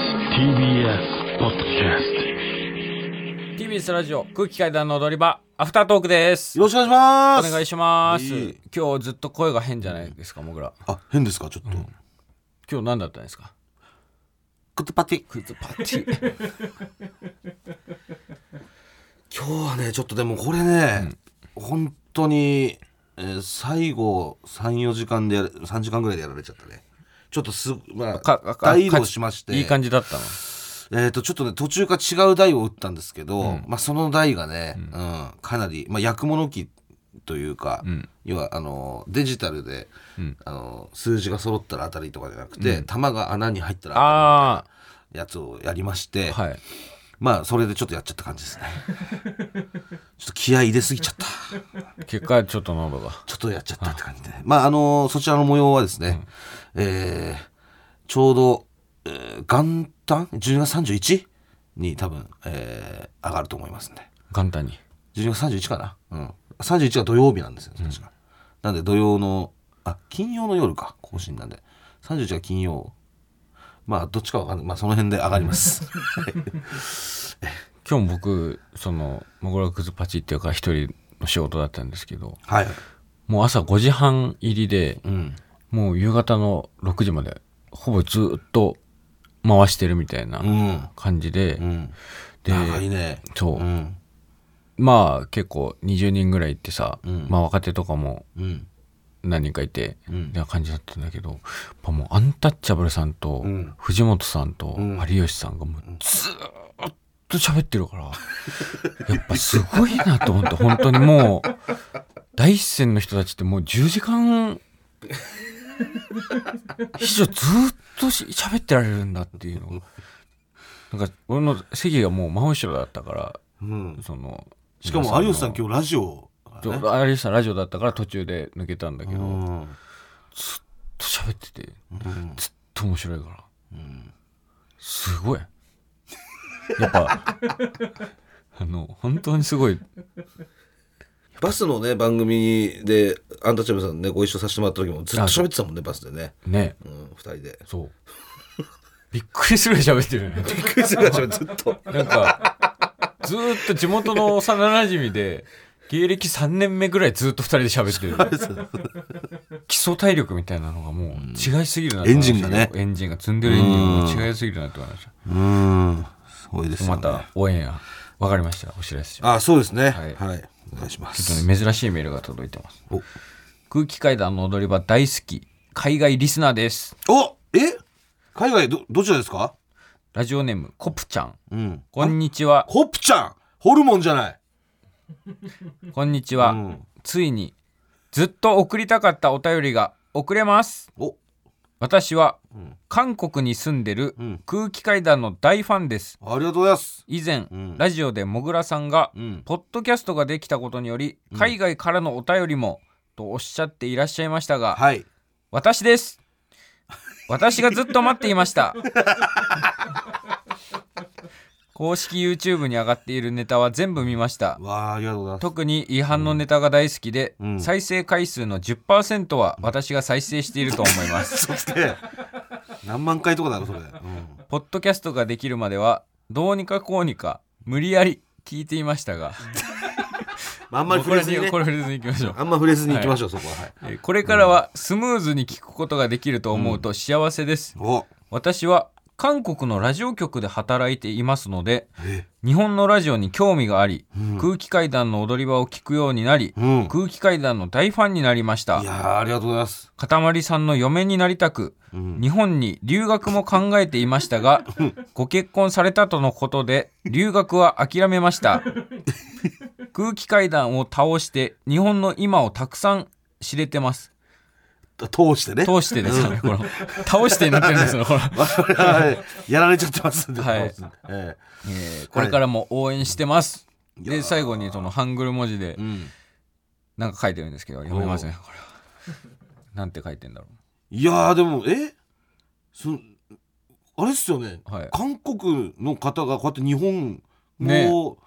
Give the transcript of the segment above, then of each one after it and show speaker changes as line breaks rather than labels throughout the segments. TBS ポッドキャスト
TBS ラジオ空気階段の踊り場アフタートークです
よろしくお願いしま
お
す。
願いします、
いい
今日ずっと声が変じゃないですかもぐら
あ、変ですか、ちょっと。
今日何だったんですか
クッドパティ。
クズパティ
今日はね、ちょっとでもこれね、本当に、えー最後3、4時間でやる、3時間ぐらいでやられちゃったね。ちょっとす、ま
か
あ
か、
大移動しまし て、
いい感じだったの
えっと、ちょっとね、途中から違う台を打ったんですけど、まあ、その台がね、うん、かなり、まあ、薬物機というか、要は、あの、デジタルで、あの、数字が揃ったら当たりとかじゃなくて、弾が穴に入ったら当た
あ
りやつをやりまして、
あはい
まあそれでちょっとやっちゃった感じですね ちょっと気合い入れすぎちゃった
結果ちょっと喉が
ちょっとやっちゃったって感じでねまああのそちらの模様はですね、えーちょうど、えー元旦12月 31? に多分、えー上がると思いますんで
簡単に
12月31かなうん31が土曜日なんですよ確か、なんで土曜のあ金曜の夜か更新なんで31が金曜まあどっちかわかんないまあその辺で上がります
今日も僕そのもぐらクズパチっていうか一人の仕事だったんですけど
はい
もう朝5時半入りで
うん
もう夕方の6時までほぼずっと回してるみたいな
うん
感じで、
うん。
で
長いね。
そう、
うん。
まあ結構20人ぐらいいてさ、
うん
まあ若手とかも
うん。
何人かいて、
うん
な感じだったんだけどやっぱもうアンタッチャブルさんと
うん
藤本さんと
うん
有吉さんがもうずーっと喋ってるから、やっぱすごいなと思って本当にもう第一線の人たちってもう10時間以上ずーっとし喋ってられるんだっていうのがなんか俺の席がもう真後ろだったから
うん。
その
しかも、有吉さん
皆
今日ラジオだ
ちょ
ね。
有吉さんラジオだったから途中で抜けたんだけ
う
ど、ずっ
ん。
と喋っててずっ
うん
と面白いから
うん
すごいやっぱ あの本当にすごい
バスのね、番組で、アンタッチャブルさんね、ご一緒させてもらった時もずっと喋ってたもんね、バスでね。
ね
うん、二人で。
そうびっくりするぐらい喋ってるよね
びっくりするぐらい喋ってずっと。
なんかずーっと地元の幼なじみで芸歴3年目ぐらいずっと2人で喋ってる基礎体力みたいなのがもう違いすぎるなって
エンジンがね
エンジンが積んでるエンジンが違いすぎるなって思いました
うん。すごいですよ
ま
ね。
た応援やわかりましたお知らせします
あ、そうですね。
はい
はい。お願いしま
ちょっと
す。
ね珍しいメールが届いてます
お
空気階段の踊り場大好き海外リスナーです
おえ海外ど、どちらですか
ラジオネームコプちゃん
うん。
こんにちは
コプちゃんホルモンじゃない
こんにちは、
うん
ついにずっと送りたかったお便りが送れます
お
私は
ん
韓国に住んでる
うん
空気階段の大ファンです
ありがとうございます。
以前、
うん
ラジオでもぐらさんが、
うん。
ポッドキャストができたことにより海外からのお便りも、とおっしゃっていらっしゃいましたが、
はい。
私です私がずっと待っていました公式 YouTube に上がっているネタは全部見ました
わあ、ありがとうございます。
特に違反のネタが大好きで、
うん
再生回数の10%は私が再生していると思い ます
そして何万回とかだろそれ、うん、
ポッドキャストができるまではどうにかこうにか無理やり聞いていましたが
まああん
こ
ま
れ
り触れずにね
これ触れずにいきましょう
あんま触れずに行きましょう、そこは、はい、
えーこれからはスムーズに聞くことができると思うと幸せです、
お
私は韓国のラジオ局で働いていますので
え
日本のラジオに興味があり、
うん
空気階段の踊り場を聞くようになり、
うん
空気階段の大ファンになりまし
い
た
やーありがとうございます、
かたまりさんの嫁になりたく
うん、
日本に留学も考えていましたがご結婚されたとのことで留学は諦めました 空気階段を倒して日本の今をたくさん知れてます
通してね
通してですよねこの倒してになってるんですよこの
我々はやられちゃってますんで、
はい
通してえ
えーこれからも応援してます。
いや
で
ー
最後にそのハングル文字で
えうん、
なんか書いてるんですけど読めませんこれは。 なんて書いてんだろ
いやーでもえそあれっすよね、
はい
韓国の方がこうやって日本語を、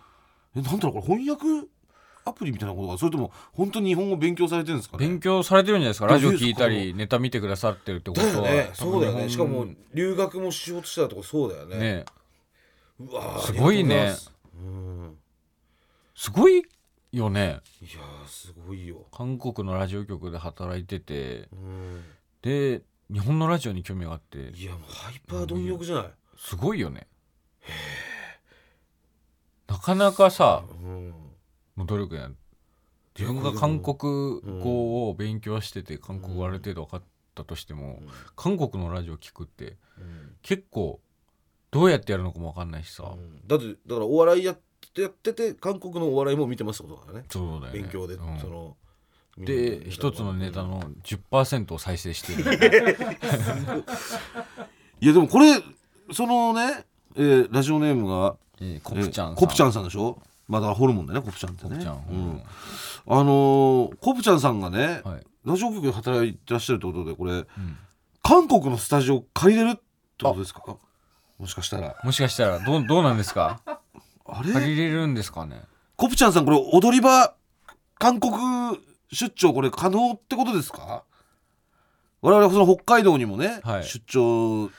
えなんだろうこれ翻訳アプリみたいなことがそれとも本当に日本語勉強されてるんですかね
勉強されてるんじゃないですかラジオ聞いたりネタ見てくださってるってこと
だよ
は、
ね
多
そ
分
うだよね
日
しか
本
も留学もしようとしてたとかそうだよね
ね
うわー
すごいね
ありがとうございます
すごいよね
うんいやーすごいよ
韓国のラジオ局で働いてて
うん
で日本のラジオに興味があって
いやもうハイパー貪欲じゃない
すごいよねなかなかさ
うん
もう努力やん自分が韓国語を勉強してて韓国語ある程度分かったとしても、韓国のラジオ聞くって
うん
結構どうやってやるのかも分かんないしさ、
うんだってだからお笑いやってやってて韓国のお笑いも見てますってことだね
そうだよね
勉強で
うん
その
で一つのネタの10%を再生してる
いやでもこれそのねえーラジオネームが
えーコプちゃんさん
えーコプちゃんさんでしょまあだからホルモンだよねコプちゃんって
コプ
ね
ちゃん
うんあのーコプちゃんさんがね、
はい
ラジオ局で働いてらっしゃるってことでこれ
うん
韓国のスタジオ借りれるってことですかもしかしたら
もしかしたらどうどうなんですか
あれ
借りれるんですかね
コプちゃんさんこれ踊り場韓国出張これ可能ってことですか我々その北海道にもね、
はい
出張行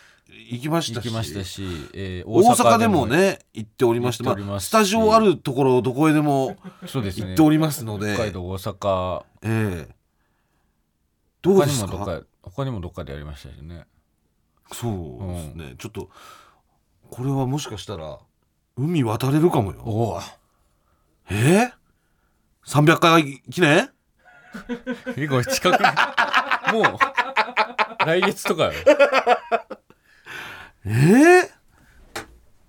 きまし
行
たし
きましたし、えー
大阪でもね行っておりまして
行っております
スタジオあるところどこへでも
そうです
行
ね
っておりますので、
北海道大阪
ええどう
他
で
に
す
も
か
どっか他にもどっかでやりましたしね
そうですね、ちょっとこれはもしかしたら海渡れるかもよ
おお
えー、300回記念
結構近く もう来月とかよ
えー、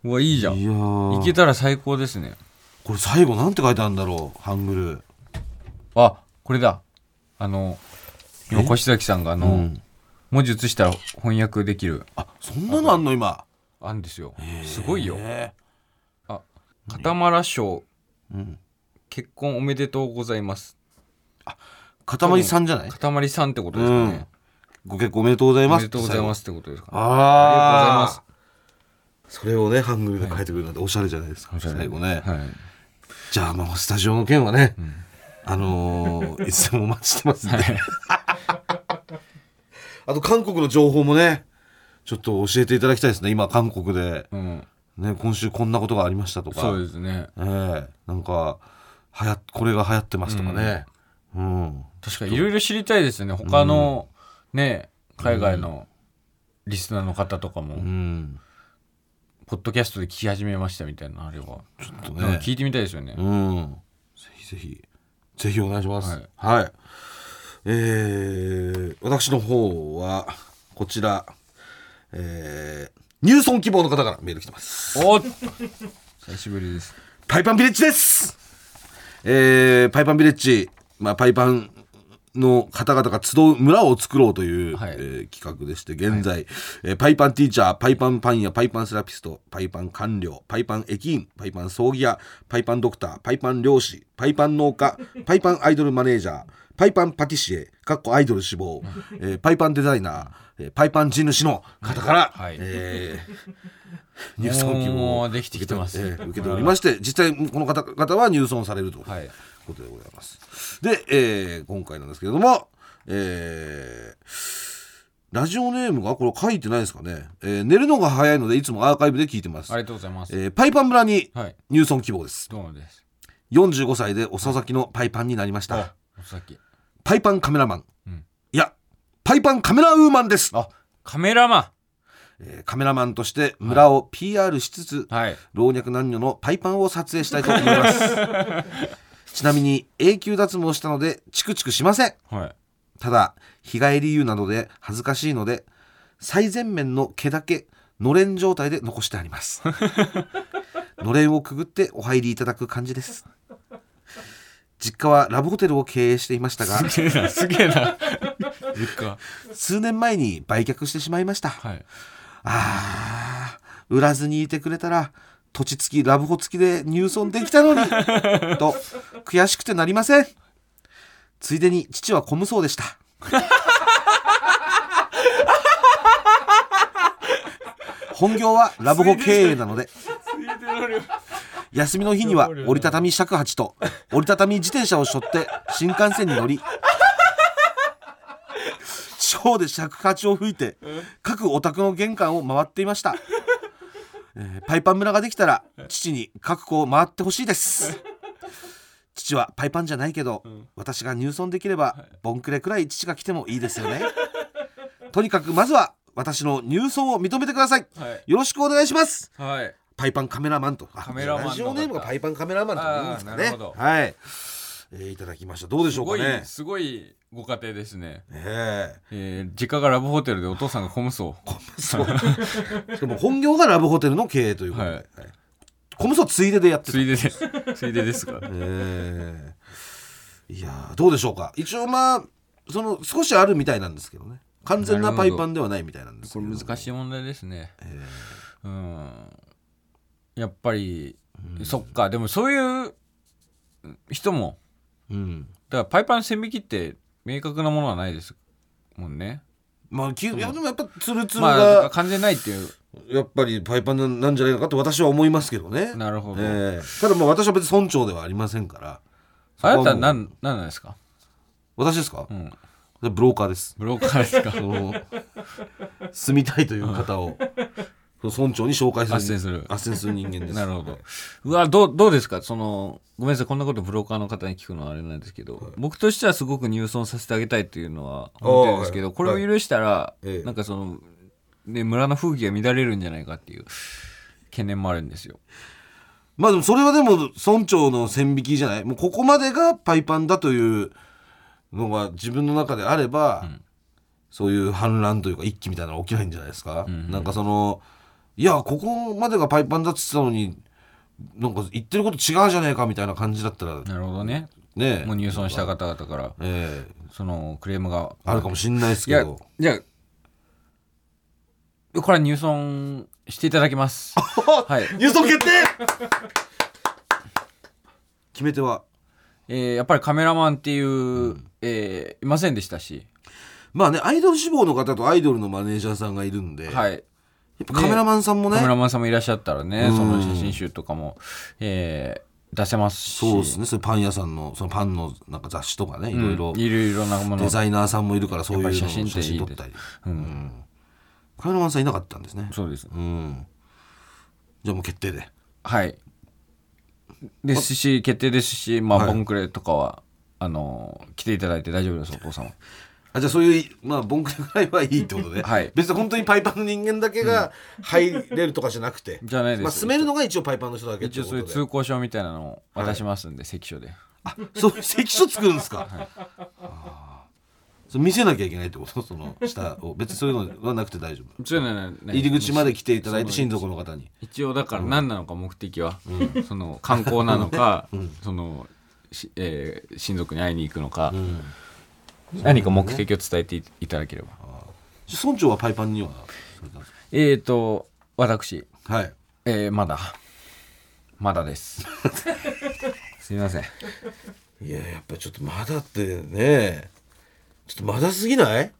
うわいいじゃん
いやー
行けたら最高ですね
これ最後なんて書いてあるんだろうハングル
あこれだあの今越崎さんがあの、
うん
文字写したら翻訳できる
あそんなのあんの今
あんですよすごいよ
え
あ片村賞
ーうん
結婚おめでとうございます
塊さんじゃない
片まさんってことですかね、
ご結婚おめでとうござい
お
ます
めでとうございますってことですかね
あー
ありがとうござい
それをねハングルで書いてくるなんておしゃれじゃないですか、
おしゃれ
最後ね、
はい
じゃあまあスタジオの件はね、あ のーいつでもお待ちしてますんで、 あと韓国の情報もねちょっと教えていただきたいですね今韓国で、
うん、
ね、今週こんなことがありましたとか
そうですね
ええなんかはやこれが流行ってますとかね、うん
確かにいろいろ知りたいですよね他のね海外のリスナーの方とかも、
うん
ポッドキャストで聞き始めましたみたいなのあれば、
ちょっと
なん
ね
か聞いてみたいですよね、
うん。ぜひぜひ、ぜひお願いします。はい。えー私の方は、こちら、えー入村希望の方からメール来てます。
おっ 久しぶりです
パイパンビレッジですえーパイパンビレッジ、まあ、パイパンの方々が集う村を作ろうという、
はい
えー企画でして、現在、えーパイパンティーチャー、パイパンパン屋、パイパンセラピスト、パイパン官僚、パイパン駅員、パイパン葬儀屋、パイパンドクター、パイパン漁師、パイパン農家、パイパンアイドルマネージャー、パイパンパティシエ、かっこアイドル志望、えーパイパンデザイナー、えーパイパン地主の方から、
はい
えー 入村希望
も
を
うできてきてます
えー受けておりまして、実際この方々は入村されるという
はい
ことでございます。で、えー今回なんですけれども、えーラジオネームがこれ書いてないですかね、えー寝るのが早いのでいつもアーカイブで聞いてます
あ。りがとうございます、
えーパイパン村に
はい
入村希望です。
どうもです
45歳で遅咲きのパイパンになりました。
おさっき
パイパンカメラマン。
うん
いや、パイパンカメラウーマンです。
あカメラマ
えーカメラマンとして村を PR しつ
ン
つ、
はい
老若男女のパイパンを撮影したいと思いますちなみに永久脱毛したのでチクチクしません
はい
ただ日帰り湯などで恥ずかしいので最前面の毛だけのれん状態で残してありますのれんをくぐってお入りいただく感じです実家はラブホテルを経営していましたが
すげえなすげえな実家
数年前に売却してしまいました、
はい
ああ、売らずにいてくれたら、土地付き、ラブホ付きで入村できたのに、と、悔しくてなりません。ついでに、父は小無双でした。本業はラブホ経営なので、休みの日には折りたたみ尺八と折りたたみ自転車を背負って新幹線に乗りショーで尺八を吹いて各お宅の玄関を回っていました、えーパイパン村ができたら父に各校を回ってほしいです父はパイパンじゃないけど、私が入村できればボンクレくらい父が来てもいいですよねとにかくまずは私の入村を認めてください
はい
よろしくお願いします
はい
パイパンカメラマンとあ
カメラマンの方
ラジオネームがパイパンカメラマンと言うんですか
あーな
ね
るほど
はい、えーいただきましたどうでし
す
ょう
ご
か
い
ね
すごいご家庭ですね、
え
えー、実家がラブホテルでお父さんがコムソ
えそうしかも本業がラブホテルの経営ということで、
はい
はいコムソついででやってた
つい ででついでですから
ええいやーどうでしょうか一応まあその少しあるみたいなんですけどね完全なパイパンではないみたいなんですけ
こ
ど
れ難しい問題ですね、うんやっぱり、そっかでもそういう人も
うん
だからパイパン線引きって明確なものはないですもんね
まあきいやでもやっぱツルツル
まあ
が
完全ないっていう
やっぱりパイパンななんじゃないのかと私は思いますけどね
なるほど、
ええただまあ私は別に村長ではありませんから
あなたは
そこはもう
何何なんですか、
私ですか、
うん、
ブローカーです
ブローカーですか
その住みたいという 方を村長に紹介す
斡旋
る
する
斡旋する人間です
なるほどうわどうどうですかそのごめんなさいこんなことブローカーの方に聞くのはあれなんですけど、僕としてはすごく入村させてあげたいというのは思ってるんですけど
あー
これを許したら、
ええ
なんかその、ね、村の風紀が乱れるんじゃないかっていう懸念もあるんですよ
まあでもそれはでも村長の線引きじゃないもうここまでがパイパンだというのが自分の中であれば、そういう反乱というか一気みたいなの起きないんじゃないですか、なんかそのいやここまでがパイパンだって言ってたのになんか言ってること違うじゃねえかみたいな感じだったら
なるほどね
ねえ
もう入村した方々から
ええ
そのクレームが
あるかもしれないです
い
け
や
ど
じゃあこれは入村していただきます はい
入村決定決め手は
えーやっぱりカメラマンっていう、えーいませんでしたし、
まあねアイドル志望の方とアイドルのマネージャーさんがいるんで、
は
や
い、
っぱカメラマンさんもね
カメラマンさんもいらっしゃったらね、
うん
その写真集とかも、えー出せますし
そうですね。それパン屋さんのそのパンのなんか雑誌とかね、いろいろ
うんいろいろなもの
デザイナーさんもいるからそういうの
や
を
っぱ
写
り写真っていい
真撮ったり。
うん
カメラマンさんいなかったんですね。
そうです
うん。じゃあもう決定で。
はいですし決定ですし、まあ
はい
ボンクレとかはあのー来ていただいて大丈夫ですお父さんは
あじゃあそういうまあボンクレぐらいはいいってことで。
はい
別に本当にパイパンの人間だけが入れるとかじゃなくて。
じゃないです
まあ住めるのが一応パイパンの人だけっ
一
てい
応
うこ
そういう
とで。
通行証みたいなのを渡しますんで、関所で
あそういう関所作るんですか。あーそれ見せなきゃいけないってことその下を別にそういうのはなくて大丈 夫。
そういうのはね
入り口まで来ていただいて親族の方に。
一応だから何なのか目的は、その観光なのか、 そのしえー親族に会いに行くのか、何か目的を伝えていただければ、
じゃあ村長はパイパンにはそれだ
えーと私、
はい
えーまだまだです すいません
いややっぱちょっとまだってねちょっとまだすぎない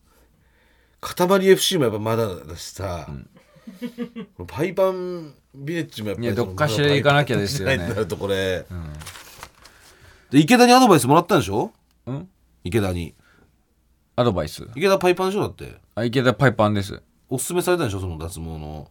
塊 FC もやっぱまだだしさ、このパイパンビレッジもやっぱり
いや
その
どっかしら行かなきゃですよね
まだパイパンじゃないってなるとこれ、で池田にアドバイスもらったんでしょ
うん
池田に
アドバイス
池田パイパンでしょだって
あ池田パイパンです
おすすめされたんでしょその脱毛の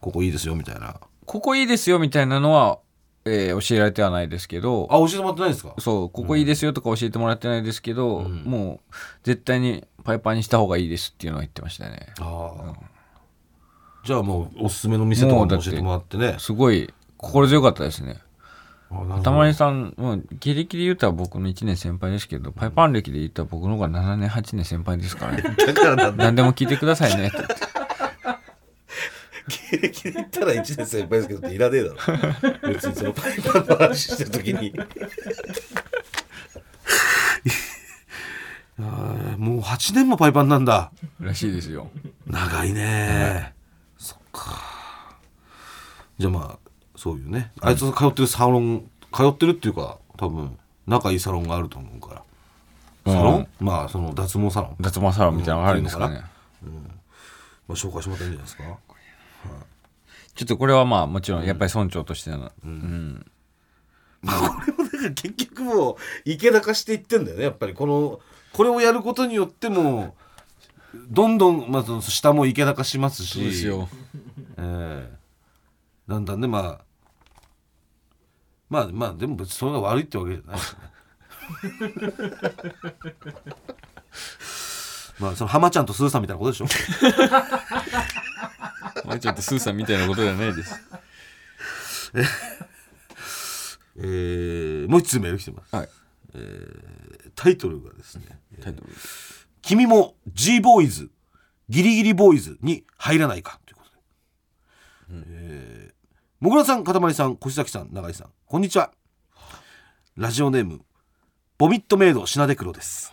ここいいですよみたいなあ
ここいいですよみたいなのは、えー教えられてはないですけど
教えてもらってないんですか
そうここいいですよとか教えてもらってないですけど、もう絶対にパイパンにした方がいいですっていうのは言ってましたね
ああ、じゃあもうおすすめの店とかも教えてもらってね
すごい心強かったですね
あなるほど
たまにさんもうギリギリ言うたら僕の1年先輩ですけどパイパン歴で言ったら僕の方が7年8年先輩ですから ね
だからなん だ
何でも聞いてくださいねって言って
経歴で言ったら1年先輩ですけどっていらねえだ ろ別にそのパイパンの話してる 時にああもう8年もパイパンなんだ
らしいですよ
長いねそっかじゃあまあそういうねあいつが通ってるサロン通ってるっていうか多分仲いいサロンがあると思うからサロン、まあその脱毛サロン、
脱毛サロンみたいなのがあるんですか
うん
ね
まあ、紹介してもらったらいいんじゃないですか
ちょっとこれはまあもちろんやっぱり村長としての、うん
これもだから 結局もう池高していってんだよねやっぱりこのこれをやることによってもどんどん、まあ、その下も池高しますし
そうですよ。
ええだんだんねまあまあまあでも別にそれが悪いってわけじゃないですねまあその浜ちゃんとスーさんみたいなことでしょ
まあちょっとスーさんみたいなことじゃないです。
えーもう一通メール来てます、
はい
えータイトルがですね
タイトル
「君も G ボーイズギリギリボーイズに入らないか」ということで、えーもぐらさんかたまりさん越崎さん永井さんこんにちはラジオネームボミットメイドシナデクロです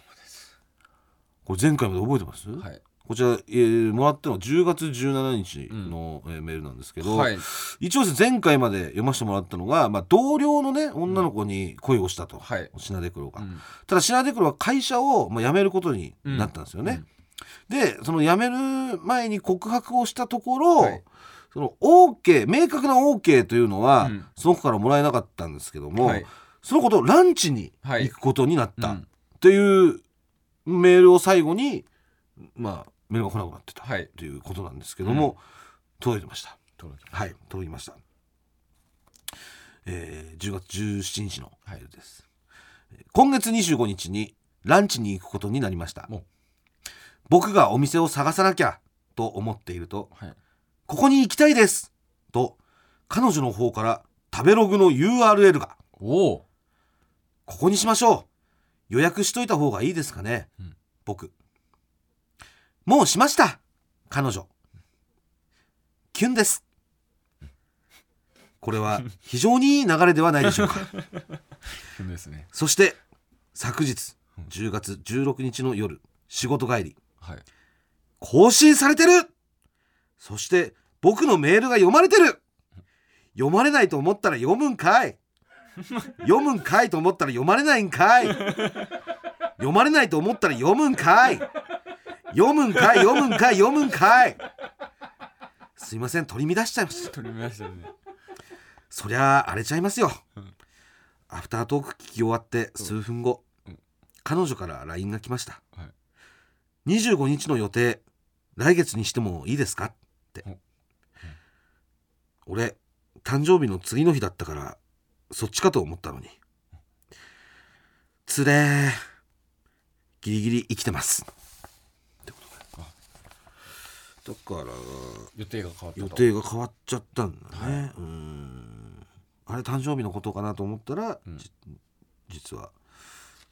これ前回まで覚えてます、
はい。
こちら、えーもらったのは10月17日の、えーメールなんですけど、
はい。
一応ですね前回まで読ませてもらったのが、まあ、同僚のね女の子に恋をしたと、
はい
シナデクロが、
うん
ただシナデクロは会社を、まあ、辞めることになったんですよね、でその辞める前に告白をしたところ、
はい
その OK 明確な OK というのは、
うん
その子からもらえなかったんですけども、
はい
その子とランチに
はい
行くことになっ
う
た
ん
というメールを最後に、まあ、メールが来なくなってた
はい
ということなんですけども、届いてました。
届きま
はい、届きました。えー、10月17日のメールです。えー今月25日にランチに行くことになりました
お。
僕がお店を探さなきゃと思っていると、
はい。
ここに行きたいですと、彼女の方から食べログの URL が、
おお。
ここにしましょう。予約しといた方がいいですかね。
うん
僕。もうしました。彼女。キュンです。これは非常にいい流れではないでし ょうか。
そうですね。
そして、昨日、10月16日の夜、仕事帰り、
はい。
更新されてるそして、僕のメールが読まれてる読まれないと思ったら読むんかい読むんかいと思ったら読まれないんかい読まれないと思ったら読むんかい読むんかい読むんかい読むんかいすいません取り乱しちゃいました
取りましたね。
そりゃあ荒れちゃいますよ、
うん
アフタートーク聞き終わって数分後、
うん
彼女から LINE が来ました、
はい
25日の予定来月にしてもいいですかって、
おうん
俺誕生日の次の日だったからそっちかと思ったのにつれーギリギリ生きてますってことだよだから
予定が変わったと。
予定が変わっちゃったんだね、うーんあれ誕生日のことかなと思ったら、
うん
じ実は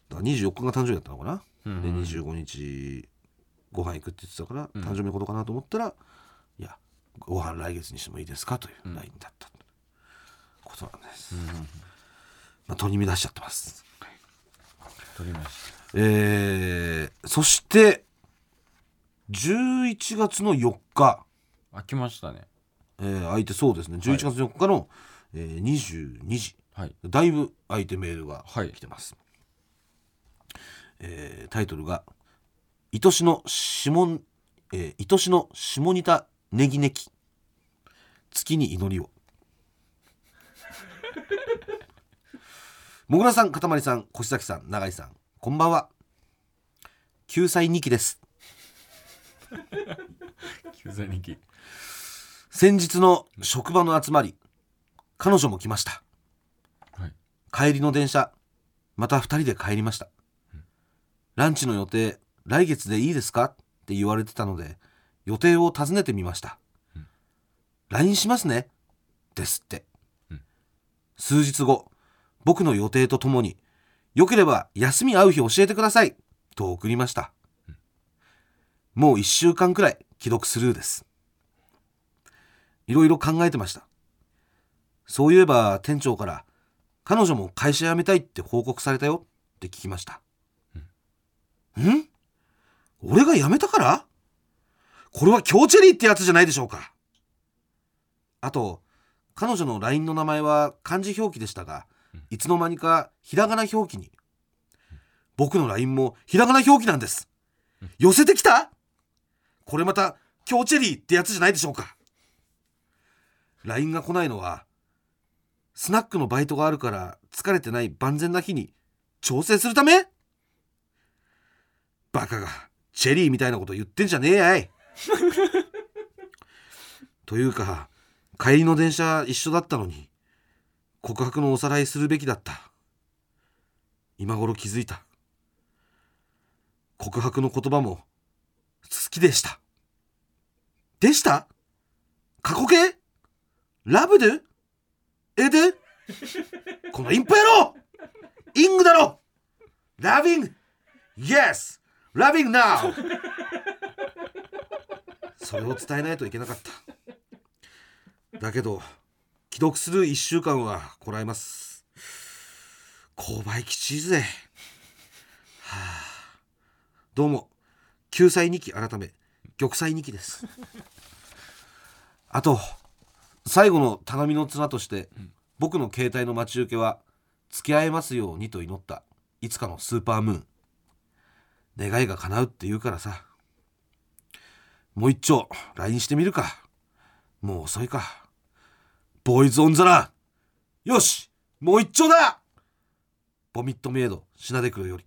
だから24日が誕生日だったのかな、
うん
で25日ご飯行くって言ってたから、
うん
誕生日のことかなと思ったらいやご飯来月にしてもいいですかという
うん
ラインだった、ことなんです、まあ、取り乱しちゃってます
取りまし
えー、そして11月の4日
た。開きましたね。
えー、空いてそうですね11月4日の、えー、22時
はい。
だいぶ空いてメールが
はい
来てます、えータイトルが「愛しの下,、えー愛しの下仁田ネギネキ月に祈りを」 もぐらさんかたまりさん越崎さん永井さんこんばんは救済2期です
救済日記。
先日の職場の集まり彼女も来ました
はい。
帰りの電車また2人で帰りました、ランチの予定来月でいいですかって言われてたので予定を尋ねてみました、
うん
LINE しますねですって、
うん
数日後僕の予定とともによければ休み合う日教えてくださいと送りました、もう1週間くらい既読スルーですいろいろ考えてましたそういえば店長から彼女も会社辞めたいって報告されたよって聞きました。ん俺が辞めたからこれは京チェリーってやつじゃないでしょうか。あと、彼女の LINE の名前は漢字表記でしたが、いつの間にかひらがな表記に。僕の LINE もひらがな表記なんです。寄せてきたこれまた京チェリーってやつじゃないでしょうか。LINE が来ないのは、スナックのバイトがあるから疲れてない万全な日に調整するためバカがチェリーみたいなこと言ってんじゃねえやいというか帰りの電車一緒だったのに告白のおさらいするべきだった今頃気づいた告白の言葉も好きでしたでした過去形ラブドゥエドゥこのインパ野郎イングだろラビング Yes! ラビング now! それを伝えないといけなかった。だけど、既読する1週間はこらえます。購買吉ぜ。はあ、どうも、救済2期改め、玉砕2期です。あと、最後の頼みの綱として、僕の携帯の待ち受けは、付き合えますようにと祈った、いつかのスーパームーン。願いが叶うって言うからさもう一丁 LINE してみるかもう遅いかボーイズオンザランよしもう一丁だボミットメイドシナデクロより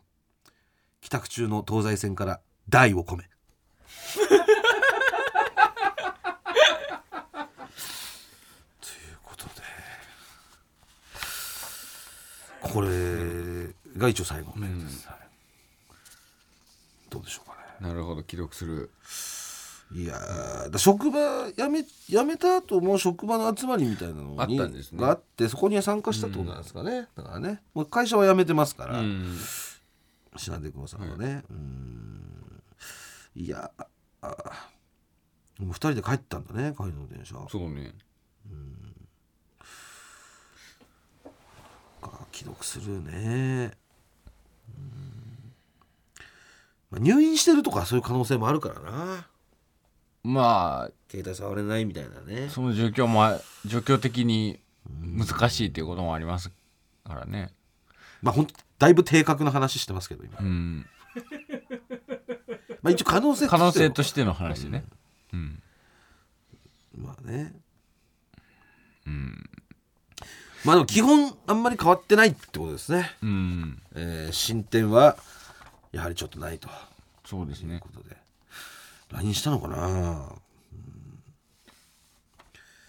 帰宅中の東西線から台を込めということでこれが一応最後のメールです、はいどうでしょうかね
なるほど既読する
いやーだ職場辞め辞めた後も職場の集まりみたいなのに
あったんですね
があってそこに参加したってことなんですかね、だからねもう会社は辞めてますから、
うん
品出久保さんはね、うーんいやああもう2人で帰ったんだね帰りの電車
そうね
か既読するねうんまあ入院してるとかそういう可能性もあるからな
ま
携帯触れないみたいなね
あその状況もあ状況的に難しいっていうこともありますからね
まあほんとだいぶ定格な話してますけど今、
うん
まあ、一応可能性として
可
は
能性としての話ねうん
まあね
うん
まあでも基本あんまり変わってないってことですね、
うん
えー進展はやはりちょっとないと
そうです
いう
ね
ことで LINE したのかな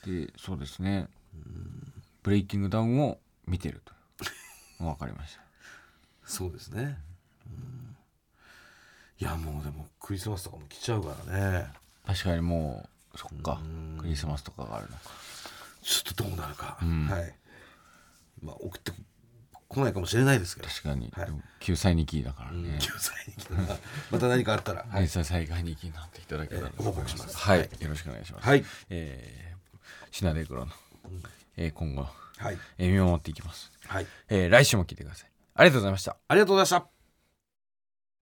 でそうですねブレイキングダウンを見てるとわかりました
そうですね、うんいやもうでもクリスマスとかも来ちゃうからね
確かにもうそっか
うん
クリスマスとかがあるのか
ちょっとどうなるか、
ん
はいまあ送ってこないかもしれないですけど
確かに、
はい
でも救済2期だから
うん
ね、
救済に来たらまた何かあったら、はい
連載災害2期になっていただけたらと思い
えー報告します
はい、よろしくお願いします
はい
えー、シナデクロの、えー今後、
はい
えー見守っていきます、
はい、
えー来週も聞いてくださいありがとうございました
ありがとうございました